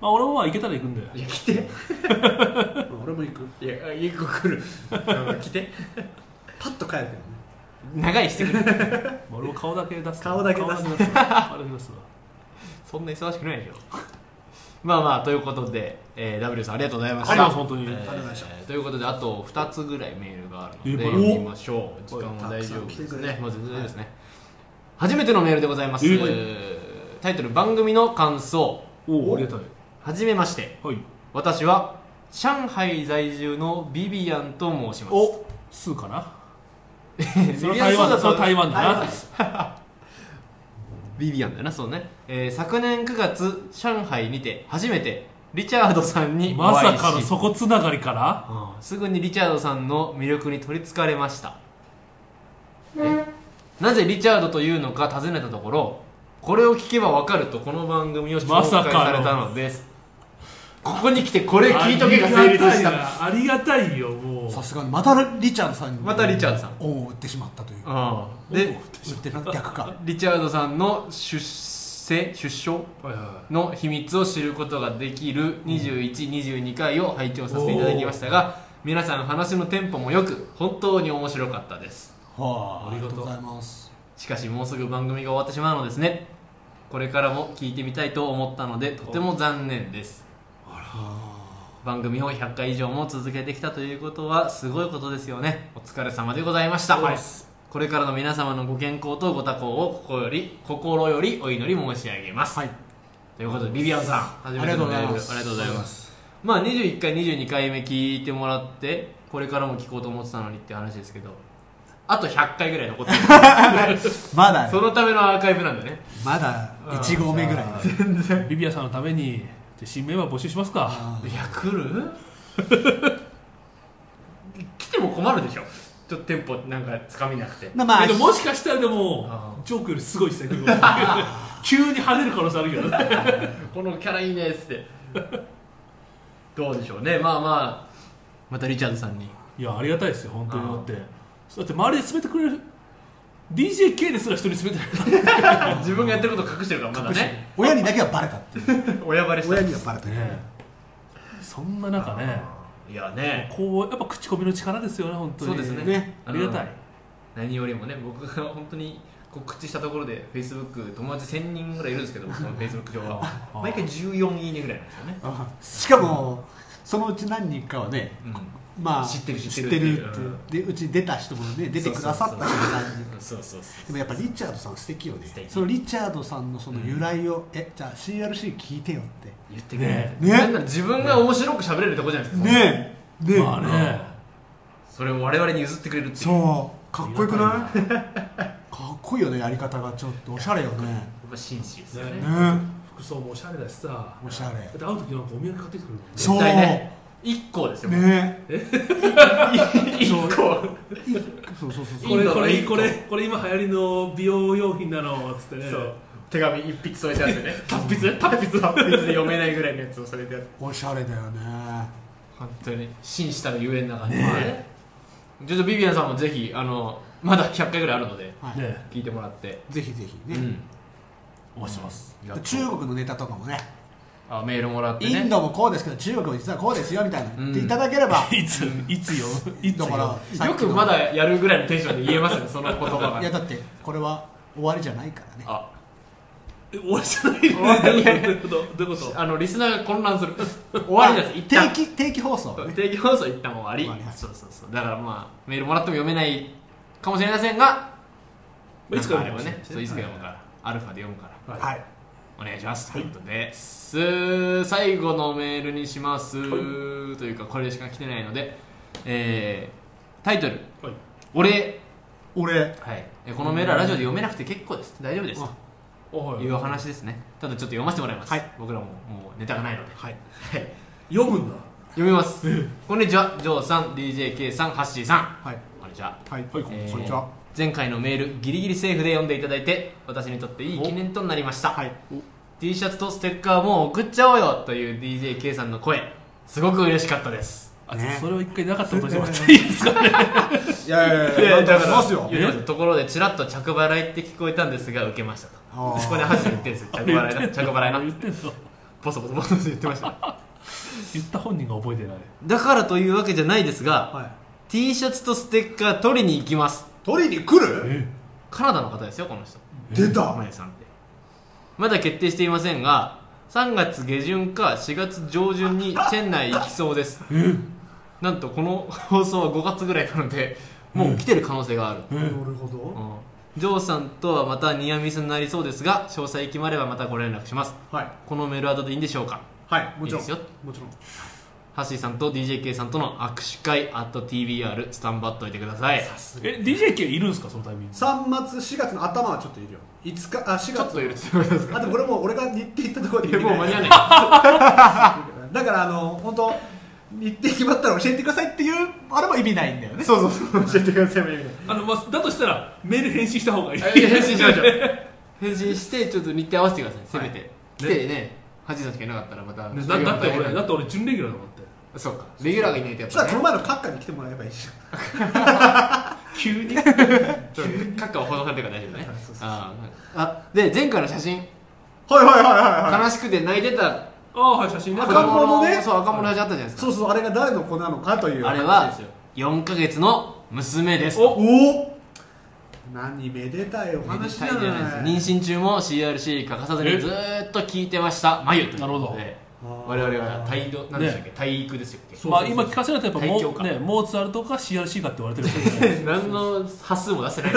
[SPEAKER 3] まあ俺もまあ行けたら行くんだよ
[SPEAKER 1] いいや来て
[SPEAKER 2] 俺も行く
[SPEAKER 1] いや家個来る うん来て
[SPEAKER 2] パッと帰るけどね
[SPEAKER 1] 長いしてくれ
[SPEAKER 3] まあ俺も顔だけ出す
[SPEAKER 2] 顔だけ出す
[SPEAKER 3] 顔だけ出すわ顔だけ出すわ
[SPEAKER 1] そんな忙しくないでしょ まあまあということで、えー、W さんありがとうございました
[SPEAKER 3] ありがとう本当に
[SPEAKER 1] えー
[SPEAKER 3] あり
[SPEAKER 2] がとうございました
[SPEAKER 1] ということであと2つぐらいメールがある
[SPEAKER 3] え
[SPEAKER 1] ので
[SPEAKER 3] まだ
[SPEAKER 1] 読みましょう時間も大丈夫ですねまず大丈夫ですね、初めてのメールでございます、
[SPEAKER 3] え
[SPEAKER 1] タイトル番組の感想
[SPEAKER 3] おおありがたい
[SPEAKER 1] はじめまして
[SPEAKER 3] はい
[SPEAKER 1] 私は上海在住のビビアンと申します
[SPEAKER 3] おスーかなそれは
[SPEAKER 1] ビビア
[SPEAKER 3] 台
[SPEAKER 1] ンそう
[SPEAKER 3] 湾
[SPEAKER 1] だ
[SPEAKER 3] だそれは台湾だな、
[SPEAKER 2] 台湾
[SPEAKER 1] ビビアンだよなそうね、えー昨年9月上海にて初めてリチャードさんにお
[SPEAKER 3] ま
[SPEAKER 1] 会いし
[SPEAKER 3] さかのそこつながりから
[SPEAKER 1] うんすぐにリチャードさんの魅力に取りつかれましたえなぜリチャードというのか尋ねたところこれを聞けば分かるとこの番組を紹
[SPEAKER 3] まさ
[SPEAKER 1] 介
[SPEAKER 3] かの
[SPEAKER 1] されたのです、ここに来てこれ聞いとけが成立した
[SPEAKER 3] ありがたいなありがたいよもう
[SPEAKER 2] さすがにまたリチャードさんに
[SPEAKER 1] またリチャードさん
[SPEAKER 2] 恩を売ってしまったという
[SPEAKER 1] ああで
[SPEAKER 2] 売ってな 逆か
[SPEAKER 1] リチャードさんの出世出生
[SPEAKER 3] はいはいはい
[SPEAKER 1] の秘密を知ることができる2122回を拝聴させていただきましたが皆さん話のテンポもよく本当に面白かったです
[SPEAKER 2] はああ
[SPEAKER 3] あ
[SPEAKER 2] り
[SPEAKER 3] り
[SPEAKER 2] が
[SPEAKER 3] がと
[SPEAKER 2] とう
[SPEAKER 3] う
[SPEAKER 2] ございます
[SPEAKER 1] しかしもうすぐ番組が終わってしまうのですねこれからも聞いてみたいと思ったのでとても残念です番組を100回以上も続けてきたということはすごいことですよねお疲れ様でございました
[SPEAKER 3] そうです
[SPEAKER 1] これからの皆様のご健康とご多幸を心より心よりお祈り申し上げます、
[SPEAKER 2] はい
[SPEAKER 1] ということでビビアンさん初めて
[SPEAKER 2] ありがとうござい
[SPEAKER 1] のメ
[SPEAKER 2] ま
[SPEAKER 1] ール
[SPEAKER 2] す
[SPEAKER 1] ありがとうございますまあ21回22回目聞いてもらってこれからも聞こうと思ってたのにって話ですけどあと100回ぐらい残 ってる
[SPEAKER 2] まだ
[SPEAKER 1] そのためのアーカイブなんだね
[SPEAKER 2] まだ1合目ぐらい
[SPEAKER 3] ビビアさんのためにじゃあ新メンバー募集しますか
[SPEAKER 2] あ
[SPEAKER 1] いや来る来ても困るでしょちょっとテンポなんかつかみなくて
[SPEAKER 2] ーまあ
[SPEAKER 3] えっともしかしたらでも
[SPEAKER 1] あ
[SPEAKER 3] ジョークよりすごいですね急に跳ねる可能性あるけどね
[SPEAKER 1] このキャラいいねっつってどうでしょうねまあまあまたリチャードさんに
[SPEAKER 3] いやありがたいですよ本当にだってだって周りで進めてくれる DJK ですら人に進めてくれる
[SPEAKER 1] 自分がやってること隠してるからまだね
[SPEAKER 2] 親にだけはバレたっていう
[SPEAKER 1] 親バレした
[SPEAKER 2] 親にはバレた
[SPEAKER 3] ねそんな中ね
[SPEAKER 1] いやね
[SPEAKER 3] こうやっぱ口コミの力ですよね本当に
[SPEAKER 1] そうですね
[SPEAKER 3] ありがたい、
[SPEAKER 1] 何よりもね僕が本当に告知したところで Facebook 友達1000人ぐらいいるんですけど僕の Facebook 上は
[SPEAKER 3] あ
[SPEAKER 1] 毎回14いいねぐらいなんですよね、
[SPEAKER 2] しかもそのうち何人かはね
[SPEAKER 1] う
[SPEAKER 2] まあ
[SPEAKER 1] 知ってる知ってる
[SPEAKER 2] 知っ
[SPEAKER 1] っ
[SPEAKER 2] て
[SPEAKER 1] ていう
[SPEAKER 2] ってでうち出た人もね出てくださった人も何人か
[SPEAKER 1] ん、そうそうそ
[SPEAKER 2] でもやっぱリチャードさん素敵よね
[SPEAKER 1] 素敵
[SPEAKER 2] そのリチャードさんのその由来を、えじゃあ CRC 聞いてよって
[SPEAKER 1] 言ってくれ
[SPEAKER 3] ね
[SPEAKER 2] ね
[SPEAKER 1] なんなら自分が面白く喋れるとこじゃないですか、
[SPEAKER 2] ねえねえ、
[SPEAKER 3] まあね
[SPEAKER 1] それを我々に譲ってくれるっていうやっ
[SPEAKER 2] そうかっこよくないかっこいいよねやり方がちょっとおしゃれよねね
[SPEAKER 1] ぱ紳士ですよね
[SPEAKER 3] ね服装もおしゃれだしさ
[SPEAKER 2] おしゃれ
[SPEAKER 3] だって会う時なんかお土産買ってきてくるもんね
[SPEAKER 2] そう
[SPEAKER 1] 絶対ね1個ですよ、
[SPEAKER 2] ね
[SPEAKER 1] 1個
[SPEAKER 2] そうそうそうそう
[SPEAKER 3] これ
[SPEAKER 1] いいんだ
[SPEAKER 3] これ
[SPEAKER 1] いいんだ
[SPEAKER 3] これこれ今流行りの美容用品なのっつってね
[SPEAKER 1] そう手紙一筆添えてあってね 達筆達筆達筆で読めないぐらいのやつを添えてあって
[SPEAKER 2] おしゃれだよね
[SPEAKER 1] 本当に紳士たるゆえんな感じで、ね、ちょっとビビアンさんもぜひあのまだ100回ぐらいあるので
[SPEAKER 2] はい
[SPEAKER 3] ね
[SPEAKER 1] 聞いてもらって、
[SPEAKER 2] ぜひぜひ
[SPEAKER 1] う
[SPEAKER 2] ね、
[SPEAKER 1] ん
[SPEAKER 3] お待ちしてます
[SPEAKER 1] やっと
[SPEAKER 2] 中国のネタとかもね
[SPEAKER 1] あメールもらって
[SPEAKER 2] イ
[SPEAKER 1] ね
[SPEAKER 2] ンドもこうですけど中国も実はこうですよみたいな、
[SPEAKER 1] うん
[SPEAKER 2] 言っていただければ
[SPEAKER 3] いついつ よいつ
[SPEAKER 2] だからさっきの
[SPEAKER 1] よくまだやるぐらいのテンションで言えますねその言葉
[SPEAKER 2] いや
[SPEAKER 1] が
[SPEAKER 2] だってこれは終わりじゃないからね
[SPEAKER 1] あ
[SPEAKER 3] え終わりじゃ
[SPEAKER 1] 終わ
[SPEAKER 3] ない
[SPEAKER 1] り
[SPEAKER 3] よ ねどういうことどういうこと
[SPEAKER 1] あのリスナーが混乱する終わりです一
[SPEAKER 2] 定
[SPEAKER 1] 旦
[SPEAKER 2] 期定期放送ね
[SPEAKER 1] 定期放送一旦終わり
[SPEAKER 2] 終わり
[SPEAKER 1] そうそうそうだからまあメールもらっても読めないかもしれませんが
[SPEAKER 3] まあいつか
[SPEAKER 1] なんあ
[SPEAKER 3] らでも
[SPEAKER 1] ればね
[SPEAKER 3] ね
[SPEAKER 1] そういつか読むから、アルファで読むから
[SPEAKER 3] はい
[SPEAKER 2] はい
[SPEAKER 1] お願いします、ということです最後のメールにします、というかこれしか来てないので、えー、タイトル
[SPEAKER 3] はい
[SPEAKER 1] 「お礼
[SPEAKER 2] 俺」
[SPEAKER 1] はい、えこのメールはラジオで読めなくて結構です大丈夫です
[SPEAKER 2] あ
[SPEAKER 3] お
[SPEAKER 1] と
[SPEAKER 3] はい
[SPEAKER 1] いうお話ですねただちょっと読ませてもらいます、
[SPEAKER 2] はい
[SPEAKER 1] 僕らももうネタがないので、
[SPEAKER 2] はい
[SPEAKER 1] はい、
[SPEAKER 3] 読むんだ
[SPEAKER 1] 読みますこんにちはジョーさん DJK さんハッシーさん
[SPEAKER 2] はい
[SPEAKER 1] こんにちは
[SPEAKER 2] はいこ
[SPEAKER 3] はい
[SPEAKER 2] ん
[SPEAKER 1] えー
[SPEAKER 2] にちは
[SPEAKER 1] 前回のメールギリギリセーフで読んでいただいて私にとっていい記念となりました、
[SPEAKER 2] はい
[SPEAKER 1] T シャツとステッカーも送っちゃおうよという DJK さんの声すごく嬉しかったです
[SPEAKER 3] あ
[SPEAKER 2] ね
[SPEAKER 3] それを一回なかったことにしてもらっていいですかね
[SPEAKER 2] いやいやいやなんとかしますよ
[SPEAKER 1] 言うてますところでちらっと着払いって聞こえたんですが受けましたと
[SPEAKER 2] あー
[SPEAKER 1] そこで初めて言って るんですよ着払いな着払いな
[SPEAKER 3] 言ってんの
[SPEAKER 1] ボソボソボソボソ言ってました
[SPEAKER 3] 言った本人が覚えてない
[SPEAKER 1] だからというわけじゃないですが、
[SPEAKER 2] はい
[SPEAKER 1] T シャツとステッカー取りに行きます
[SPEAKER 2] 取りに来る
[SPEAKER 3] え
[SPEAKER 1] カナダの方ですよこの人
[SPEAKER 2] 出た
[SPEAKER 1] マネさんってまだ決定していませんが3月下旬か4月上旬にチェン内行きそうですなんとこの放送は5月ぐらいなのでもう来てる可能性がある、
[SPEAKER 2] なるほど
[SPEAKER 1] うんジョーさんとはまたニアミスになりそうですが詳細決まればまたご連絡します
[SPEAKER 2] はい
[SPEAKER 1] このメールアドでいいんでしょうか
[SPEAKER 2] はいもちろん
[SPEAKER 1] いいですよ
[SPEAKER 2] もちろん
[SPEAKER 1] ハッシーさんと DJK さんとの握手会 @TBR スタンバっといてください
[SPEAKER 3] え DJK いるんですかそのタイミング
[SPEAKER 2] 3月4月の頭はちょっといるよ5日あ4月
[SPEAKER 1] ちょっといるってことです
[SPEAKER 2] あでもこれもう俺が日程行ったところで
[SPEAKER 1] か
[SPEAKER 2] 入れ
[SPEAKER 1] もう
[SPEAKER 2] て
[SPEAKER 1] 間に 合わない
[SPEAKER 2] だからあの本当日程決まったら教えてくださいっていうあれも意味ないんだよねそうそうそう教えてくださいも意味ない
[SPEAKER 3] あの、まあ、だとしたらメール返信した方がいい
[SPEAKER 1] 返信しましょう返信してちょっと日程合わせてくださいせめて、来
[SPEAKER 2] は
[SPEAKER 1] てね8時のしかいなかったらまた、
[SPEAKER 3] ねだだって俺だってて俺準レギュラーだもんだって
[SPEAKER 1] そうかレギュラーがいないとやっ
[SPEAKER 2] そした
[SPEAKER 1] ぱ
[SPEAKER 2] らこ
[SPEAKER 1] ね
[SPEAKER 2] の前の閣下に来てもらえばいいじゃ
[SPEAKER 3] 急に
[SPEAKER 1] ちょっと閣下をほどかれてるから大丈夫ね
[SPEAKER 2] はいそうそうそう
[SPEAKER 1] あーあで前回の写真
[SPEAKER 2] んはいはいはいはいはい
[SPEAKER 1] 悲しくて泣いてた
[SPEAKER 3] ああはい写真ね
[SPEAKER 1] 子
[SPEAKER 2] 赤ん
[SPEAKER 1] 供
[SPEAKER 2] 坊のね
[SPEAKER 1] そう赤ん坊の写真あったじゃないです
[SPEAKER 2] そうそうあれが誰の子なのかという
[SPEAKER 1] かあれ
[SPEAKER 2] 話
[SPEAKER 1] は
[SPEAKER 2] ですよ
[SPEAKER 1] 4ヶ月の娘です
[SPEAKER 2] おお何めでたいお
[SPEAKER 1] めで
[SPEAKER 2] 話じ
[SPEAKER 1] た
[SPEAKER 2] ゃ
[SPEAKER 1] いじゃない
[SPEAKER 2] な
[SPEAKER 1] で
[SPEAKER 2] い
[SPEAKER 1] す妊娠中も CRC 欠かさず
[SPEAKER 3] え
[SPEAKER 1] にずーっと聞いてました眉ということで
[SPEAKER 3] なるほど
[SPEAKER 2] あー
[SPEAKER 1] 我々は体育何でしたっけ、体育ですよっけ
[SPEAKER 3] まあ今聞かせられたらやっ
[SPEAKER 1] 提供
[SPEAKER 3] ぱ
[SPEAKER 1] か
[SPEAKER 3] モ,、ね、モーツァルトか CRC かって言われてるから ね
[SPEAKER 1] 何の端数も出せ ない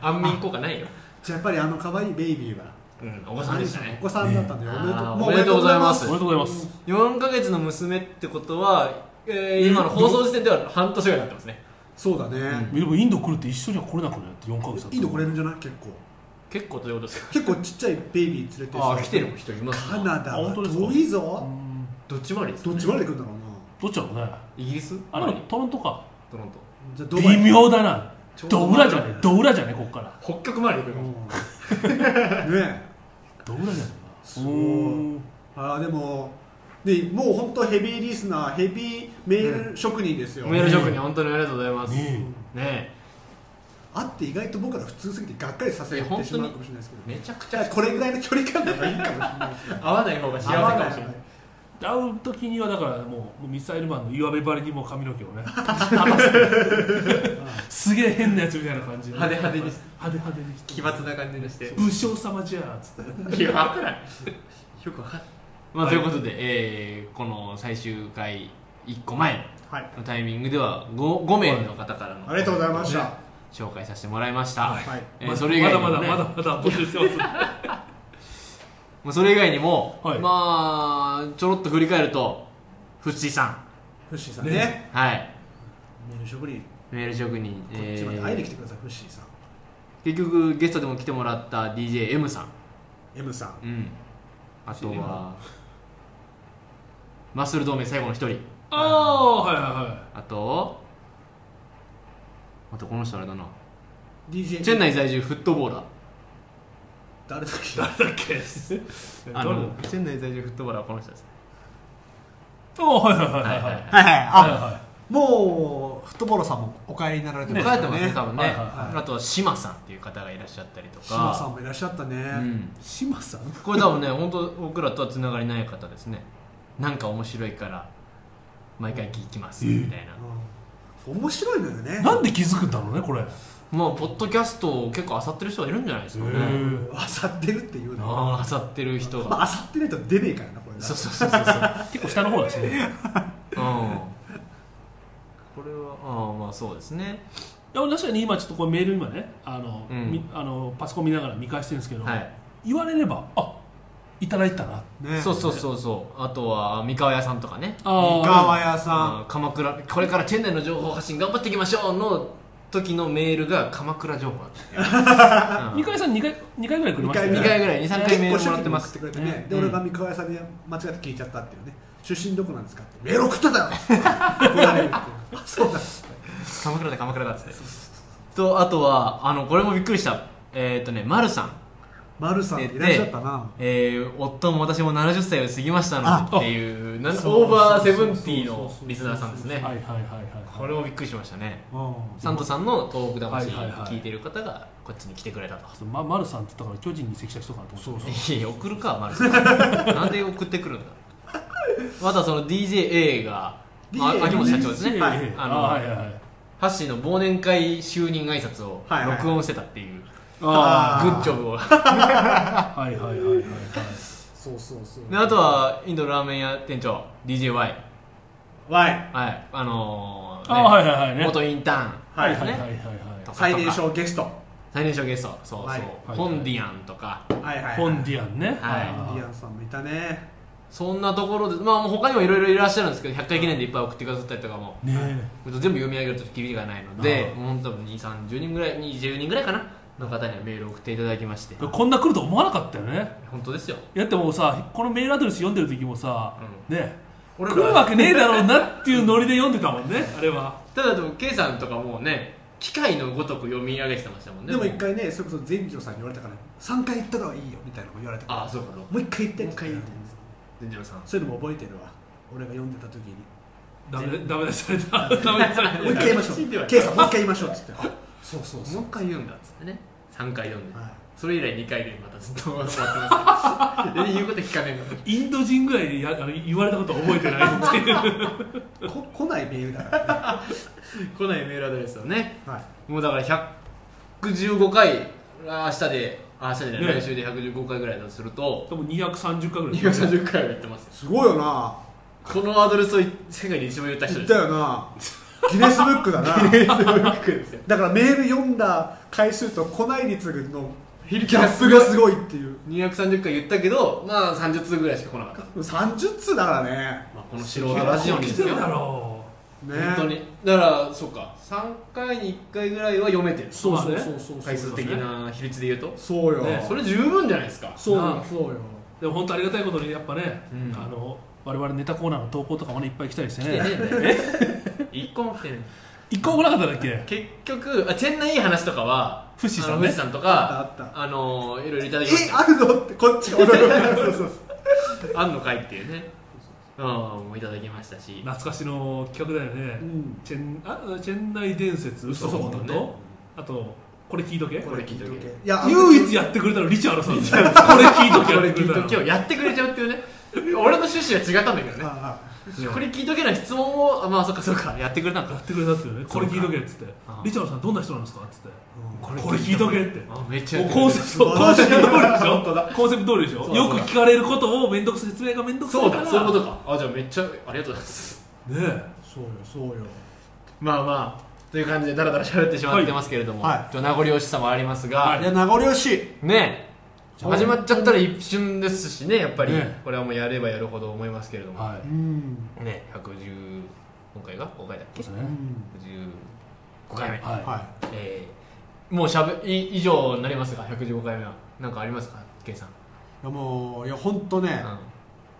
[SPEAKER 1] 安眠効果ないよ、
[SPEAKER 2] じゃあやっぱりあの可愛いベイビーは
[SPEAKER 1] うん、お子さんでした
[SPEAKER 2] お
[SPEAKER 1] ね
[SPEAKER 2] 子さんだったんだよ、
[SPEAKER 1] あー
[SPEAKER 2] も
[SPEAKER 1] おめでとうございます
[SPEAKER 3] おめでとうございます
[SPEAKER 1] 4ヶ月の娘ってことは、えー今の放送時点では半年ぐらいになってますね
[SPEAKER 2] そうだね、
[SPEAKER 3] でもインド来るって一緒には来れなくなって4ヶ月だった
[SPEAKER 2] いいのこれるんじゃない結構
[SPEAKER 1] 結構ということですよ
[SPEAKER 2] 結構ちっちゃいベイビー連れて
[SPEAKER 1] ああ来てる人います
[SPEAKER 2] カナダ
[SPEAKER 3] あ
[SPEAKER 2] は
[SPEAKER 3] 本当ですか
[SPEAKER 2] 遠い
[SPEAKER 3] う
[SPEAKER 2] ぞ
[SPEAKER 3] ん
[SPEAKER 1] どっちもありです
[SPEAKER 2] どっちまで来るんだろうな
[SPEAKER 3] どっちだろうね
[SPEAKER 1] イギリス
[SPEAKER 3] あれトロントか
[SPEAKER 1] トロント
[SPEAKER 2] じゃあドバイ
[SPEAKER 3] 微妙だな
[SPEAKER 1] ちょうど
[SPEAKER 3] ど裏じゃねえど裏じゃねえこっから
[SPEAKER 1] 北極まで行く
[SPEAKER 2] う
[SPEAKER 1] の
[SPEAKER 2] んねえ
[SPEAKER 3] ど裏じゃねえ
[SPEAKER 2] す
[SPEAKER 3] な
[SPEAKER 2] ごい
[SPEAKER 3] うん
[SPEAKER 2] ああでもでもう本当ヘビーリスナーヘビーメール職人ですよ、
[SPEAKER 1] メール職に本当にありがとうございますね
[SPEAKER 3] ね
[SPEAKER 2] あって意外と僕ら普通すぎてがっかりさせて
[SPEAKER 1] いや本
[SPEAKER 2] し
[SPEAKER 1] 当に
[SPEAKER 2] まうかもしれないですけど
[SPEAKER 1] えめちゃくち
[SPEAKER 2] じゃあ
[SPEAKER 1] ゃ
[SPEAKER 2] これぐらいの距離感の方がいいかもしれないですね
[SPEAKER 1] 合わない方が幸せ
[SPEAKER 2] 合わ
[SPEAKER 1] か
[SPEAKER 2] な
[SPEAKER 1] も
[SPEAKER 2] い
[SPEAKER 1] しれない
[SPEAKER 3] 会う時にはだからもうもうミサイルマンの岩部ばりにもう髪の毛を ねすげえ変なやつみたいな感じで
[SPEAKER 1] 派手派手にし
[SPEAKER 3] 派手派手にして
[SPEAKER 1] 奇抜な感じがして
[SPEAKER 3] 武将様じゃあつって
[SPEAKER 1] いや分からんよく分かんない、まあ、ということで、えーこの最終回1個前
[SPEAKER 2] はい
[SPEAKER 1] のタイミングでは 5, 5名の方からの
[SPEAKER 2] ありがとうございました、
[SPEAKER 1] 紹介させてもらいました、
[SPEAKER 2] はい
[SPEAKER 1] えーそれ以外にも、
[SPEAKER 3] ま
[SPEAKER 1] ね
[SPEAKER 3] だまだまだまだ募集してます
[SPEAKER 1] まあそれ以外にも、
[SPEAKER 3] はい
[SPEAKER 1] まあちょろっと振り返るとフッシーさん
[SPEAKER 2] フッシーさんね
[SPEAKER 3] ね
[SPEAKER 1] はい
[SPEAKER 2] メール職人
[SPEAKER 1] メール職人、
[SPEAKER 2] こっ
[SPEAKER 1] え
[SPEAKER 2] ちまで
[SPEAKER 1] ー
[SPEAKER 2] 会いに来てください、フッシーさん
[SPEAKER 1] 結局ゲストでも来てもらった DJM さ
[SPEAKER 2] M さん
[SPEAKER 1] ん、うん、あとはマッスル同盟最後の一人
[SPEAKER 3] ああはいはいはい
[SPEAKER 1] あとあとこの人あれだな
[SPEAKER 2] DJ
[SPEAKER 1] チェン内在住フットボーラー
[SPEAKER 2] 誰だっけ
[SPEAKER 3] 誰だっけ
[SPEAKER 1] あ
[SPEAKER 3] 誰だ
[SPEAKER 1] のチェン内在住フットボーラーはこの人です
[SPEAKER 3] あはいはいはいはいはい
[SPEAKER 1] はい
[SPEAKER 2] はいはい
[SPEAKER 3] はい
[SPEAKER 2] あ
[SPEAKER 3] は
[SPEAKER 2] もうフットボールさんもお帰りになられて
[SPEAKER 1] 帰って
[SPEAKER 2] ます
[SPEAKER 1] ますね多分ね、
[SPEAKER 3] はいはい
[SPEAKER 2] はい
[SPEAKER 1] あと志麻さんっていう方がいらっしゃったりとか
[SPEAKER 2] 島さんもいらっしゃったね、
[SPEAKER 1] うん
[SPEAKER 3] い島さん
[SPEAKER 1] これ多分ね本当僕らとはつながりない方ですねなんか面白いから毎回聞きますみたいな、
[SPEAKER 2] うん面白いのよね
[SPEAKER 3] なんで気づくんだろうねこれ
[SPEAKER 1] もうポッドキャストを結構漁ってる人がいるんじゃないですかね
[SPEAKER 2] あさってるっていうのは
[SPEAKER 1] ああ漁ってる人
[SPEAKER 2] ま
[SPEAKER 1] が
[SPEAKER 2] あさってないと出ねえからなこれな
[SPEAKER 1] そうそうそうそうそう
[SPEAKER 3] 結構下の方だしね
[SPEAKER 1] うんこれはああまあそうですね
[SPEAKER 3] いや確かに今ちょっとこれメール今ねあの、
[SPEAKER 1] うん
[SPEAKER 3] みあのパソコン見ながら見返してるんですけど、
[SPEAKER 1] はい
[SPEAKER 3] 言われればあいただいたな
[SPEAKER 2] ね
[SPEAKER 1] そうそうそうそうあとは三河屋さんとかね
[SPEAKER 2] 三河屋さ
[SPEAKER 1] あー鎌倉これからチェン内の情報発信頑張っていきましょうの時のメールが鎌倉情報だ った、うん
[SPEAKER 3] 三河屋さん2回二回ぐらいくれました
[SPEAKER 2] 二
[SPEAKER 1] 2回ぐらい23回メール
[SPEAKER 2] 結
[SPEAKER 1] も
[SPEAKER 2] 構
[SPEAKER 1] らってます
[SPEAKER 2] 初期に送ってくれてねで
[SPEAKER 1] うん
[SPEAKER 2] 俺が三河屋さんに間違って聞いちゃったっていうね出身どこなんですかってメール送ってたよって言われるっていうあそうだ
[SPEAKER 1] 鎌倉だ鎌倉だっつってとあとはあのこれもびっくりしたえーっ、とね丸さん
[SPEAKER 2] 丸さんいらっしゃったな
[SPEAKER 1] えー夫も私も70歳を過ぎました
[SPEAKER 2] あ
[SPEAKER 1] のでっていうなん
[SPEAKER 3] そう
[SPEAKER 1] オーバーセブンティーのリスナーさんです
[SPEAKER 3] はいはいは
[SPEAKER 1] ね
[SPEAKER 3] い
[SPEAKER 1] こ
[SPEAKER 3] はい
[SPEAKER 1] れもびっくりしましたね
[SPEAKER 2] うん
[SPEAKER 1] サントさんの東北魂
[SPEAKER 3] はいはいはい
[SPEAKER 1] 聞いてる方がこっちに来てくれたと
[SPEAKER 3] ちょっとま、丸さんって言ったから巨人に移籍した人かなと思ってそう
[SPEAKER 1] いやいや送るか丸さん なんで送ってくるんだまたその DJA が、まあ、
[SPEAKER 2] DJ
[SPEAKER 1] 秋元社長ですね、
[SPEAKER 2] はい
[SPEAKER 1] あ
[SPEAKER 3] あ
[SPEAKER 1] の
[SPEAKER 3] はいはいはい
[SPEAKER 1] ハッシーの忘年会就任挨拶を
[SPEAKER 2] はいはい
[SPEAKER 1] 録音してたっていう、
[SPEAKER 2] あー
[SPEAKER 1] グッジョブを
[SPEAKER 3] あはいはいはいはいはい
[SPEAKER 2] そうそうそう
[SPEAKER 1] であとはインドラーメン屋店長 DJY はい
[SPEAKER 2] Y
[SPEAKER 1] あのー
[SPEAKER 3] あはいはいはいね
[SPEAKER 1] 元インターン
[SPEAKER 2] はい
[SPEAKER 1] です
[SPEAKER 3] はい
[SPEAKER 1] ね
[SPEAKER 3] はいはい
[SPEAKER 1] とか
[SPEAKER 2] 最年少ゲストは
[SPEAKER 1] 最年少ゲストそうそう、
[SPEAKER 2] はい
[SPEAKER 3] はい
[SPEAKER 1] ホンディアンとか
[SPEAKER 2] いはいは
[SPEAKER 3] はいいフォンディアンね
[SPEAKER 1] はい
[SPEAKER 2] デ
[SPEAKER 3] あー
[SPEAKER 2] ィアンさんもいたね
[SPEAKER 1] そんなところでまあもう他にもいろいろいらっしゃるんですけど100回記念でいっぱい送ってくださったりとかも
[SPEAKER 3] ね
[SPEAKER 1] 全部読み上げるときりがないの
[SPEAKER 3] なる
[SPEAKER 1] で
[SPEAKER 3] ほ
[SPEAKER 1] もう多分2 3 0人ぐらい20人ぐらいかなの方にはメールを送っていただきまして
[SPEAKER 3] えこんな来ると思わなかったよね
[SPEAKER 1] 本当ですよ
[SPEAKER 3] いやでもさこのメールアドレス読んでる時もさ、ね
[SPEAKER 1] 俺
[SPEAKER 3] 来るわけねえだろうなっていうノリで読んでたもんねあれは
[SPEAKER 1] ただでも K さんとかもうね機械のごとく読み上げてましたもんね
[SPEAKER 2] でも一回ねそれこそ全治郎さんに言われたから3回言ったらいいよみたいなこと言われたから
[SPEAKER 1] ああそうかそうか
[SPEAKER 2] もう一回言って
[SPEAKER 1] もう一回言って全治郎さん
[SPEAKER 2] そういうのも覚えてるわ俺が読んでた時に
[SPEAKER 3] ダメダメ出しされた ダメ出しされた
[SPEAKER 2] もう一回言いましょう
[SPEAKER 1] 信じてはいない
[SPEAKER 2] 圭さんもう一回言いましょうっつってあそうそうそ
[SPEAKER 1] も
[SPEAKER 2] う
[SPEAKER 1] う一回言うんだっつってね3回読んで、
[SPEAKER 2] はい
[SPEAKER 1] それ以来2回でまたずっと終わってますえ言うこと聞かね
[SPEAKER 3] インド人ぐらいでやあの言われたことは覚えて ないっていう
[SPEAKER 2] こ来ないメールだから、
[SPEAKER 1] えの来ないメールアドレスをね
[SPEAKER 2] はい、
[SPEAKER 1] もうだから115回あー明日であ明日じゃない、
[SPEAKER 3] ね
[SPEAKER 1] 来週で115回ぐらいだとすると
[SPEAKER 3] 多分230回ぐらい
[SPEAKER 1] 230回はやってますよ
[SPEAKER 2] すごいよな
[SPEAKER 1] このアドレスを世界で一番言った人
[SPEAKER 2] 言っ
[SPEAKER 1] で
[SPEAKER 2] た
[SPEAKER 1] す
[SPEAKER 2] よなギネスブックだな
[SPEAKER 1] ギネスブックですよ
[SPEAKER 2] だからメール読んだ回数と来ない率の
[SPEAKER 1] ギ
[SPEAKER 2] ギャップがすごいっていう
[SPEAKER 1] 230回言ったけどまあ30通ぐらいしか来なかった、
[SPEAKER 2] 30通だからね
[SPEAKER 1] まあ、この素人ラジオ
[SPEAKER 3] 来
[SPEAKER 1] にで
[SPEAKER 3] て
[SPEAKER 1] す
[SPEAKER 3] る
[SPEAKER 1] よ
[SPEAKER 3] だろ
[SPEAKER 2] ね
[SPEAKER 1] 本当にだからそうか3回に1回ぐらいは読めてる
[SPEAKER 3] そうですね
[SPEAKER 2] そうそうそう
[SPEAKER 1] 回数的な比率で言うと
[SPEAKER 2] そうよ、
[SPEAKER 3] ね
[SPEAKER 1] それ十分じゃないですか
[SPEAKER 2] そう
[SPEAKER 3] な
[SPEAKER 2] よ
[SPEAKER 3] あ
[SPEAKER 2] そうよ
[SPEAKER 3] うでも本当ありがたいことにやっぱね、
[SPEAKER 1] うん
[SPEAKER 3] あの我々ネタコーナーの投稿とかもねいっぱい来たりして
[SPEAKER 1] 来てね
[SPEAKER 3] ね
[SPEAKER 1] 1個も来てない
[SPEAKER 3] 一個も来なかっただっけ
[SPEAKER 1] 結局あチェンナイいい話とかは
[SPEAKER 3] フッシーさんね
[SPEAKER 1] あのフッシーさんと
[SPEAKER 2] あ
[SPEAKER 1] か
[SPEAKER 2] ったあっ
[SPEAKER 1] あのいろいろいただきまし
[SPEAKER 2] え
[SPEAKER 1] たよ
[SPEAKER 2] あるのってこっちが驚いたそうそう
[SPEAKER 1] あんのかいっていうねうんもういただきましたし
[SPEAKER 3] 懐かしの企画だよね、
[SPEAKER 2] うん
[SPEAKER 3] チェンあチェンナイ伝説嘘
[SPEAKER 1] 嘘
[SPEAKER 3] 本
[SPEAKER 1] 本当
[SPEAKER 3] 当
[SPEAKER 1] ね
[SPEAKER 3] とあとこれ聞いとけ
[SPEAKER 1] これ聞いとけ
[SPEAKER 2] いや
[SPEAKER 3] 唯一やってくれたのリチャードさん だよこれ聞いとけ
[SPEAKER 1] こ
[SPEAKER 3] や
[SPEAKER 1] れ
[SPEAKER 3] ってくれた
[SPEAKER 1] 聞いと
[SPEAKER 3] の
[SPEAKER 1] けをやってくれちゃうっていうね俺の趣旨は違ったんだけどね
[SPEAKER 2] あ
[SPEAKER 1] これ聞いとけない質問をあまあそっかそっかやってくれたん
[SPEAKER 3] や
[SPEAKER 1] だ
[SPEAKER 3] ってくれたってよねこれ聞いとけっつって
[SPEAKER 1] ああ
[SPEAKER 3] リチャードさんどんな人なんですかっつって
[SPEAKER 2] あ
[SPEAKER 3] これ聞いとけ って
[SPEAKER 1] あめっちゃ
[SPEAKER 3] も
[SPEAKER 1] や
[SPEAKER 3] う
[SPEAKER 1] ってく
[SPEAKER 3] コ
[SPEAKER 1] れ
[SPEAKER 3] ン
[SPEAKER 1] た
[SPEAKER 3] セプトコンセプト通りでしょコンセプト通りでしょ
[SPEAKER 1] そうだ
[SPEAKER 3] よく聞かれることを面倒くさい説明が面倒くさ
[SPEAKER 1] そ
[SPEAKER 3] いうから
[SPEAKER 1] だそういうことかあじゃあめっちゃありがとうございます
[SPEAKER 3] ねえ
[SPEAKER 2] そうよそうよ
[SPEAKER 1] まあまあという感じでだらだら喋ってしまってますけれども、
[SPEAKER 2] はいはい
[SPEAKER 1] ちょっと名残惜しさもありますが、
[SPEAKER 2] いや名残惜しい
[SPEAKER 1] ね
[SPEAKER 2] はい
[SPEAKER 1] 始まっちゃったら一瞬ですしねやっぱり、
[SPEAKER 3] ね
[SPEAKER 1] これはもうやればやるほど思いますけれども、
[SPEAKER 3] は
[SPEAKER 2] うん
[SPEAKER 1] ね110今回が5回だっ
[SPEAKER 3] い
[SPEAKER 1] け
[SPEAKER 3] です
[SPEAKER 2] う
[SPEAKER 3] ね
[SPEAKER 2] ん
[SPEAKER 1] 115回目、
[SPEAKER 3] はい
[SPEAKER 2] は
[SPEAKER 1] えーもうしゃべい以上になりますが115回目は何かありますかケンさん、
[SPEAKER 2] いいやもういや本当ね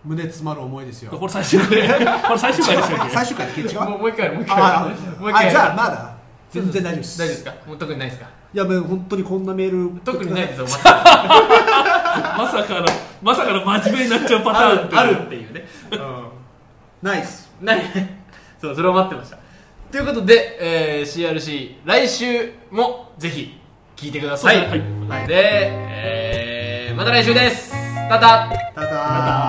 [SPEAKER 2] 胸詰まる思いですよ
[SPEAKER 3] これ最終 回これ最終回でしたっけ
[SPEAKER 2] 最終回だっけ違う
[SPEAKER 1] うんもうもう一回もう一回
[SPEAKER 2] あ
[SPEAKER 1] もう一
[SPEAKER 2] ああ
[SPEAKER 1] 回
[SPEAKER 2] じゃあまだ全然大丈夫です
[SPEAKER 1] 大丈夫ですかもう特にないですか
[SPEAKER 2] いやもう本当にこんなメール
[SPEAKER 1] 特にないですよまた
[SPEAKER 3] まさかのまさかの真面目になっちゃうパタ
[SPEAKER 1] あ
[SPEAKER 3] ーンって
[SPEAKER 1] るあるっていうね
[SPEAKER 2] ないっす
[SPEAKER 1] 何 そうそれを待ってましたということで、えー CRC 来週もぜひ聞いてください、
[SPEAKER 3] はい
[SPEAKER 1] で、えーまた来週ですただ
[SPEAKER 2] ただー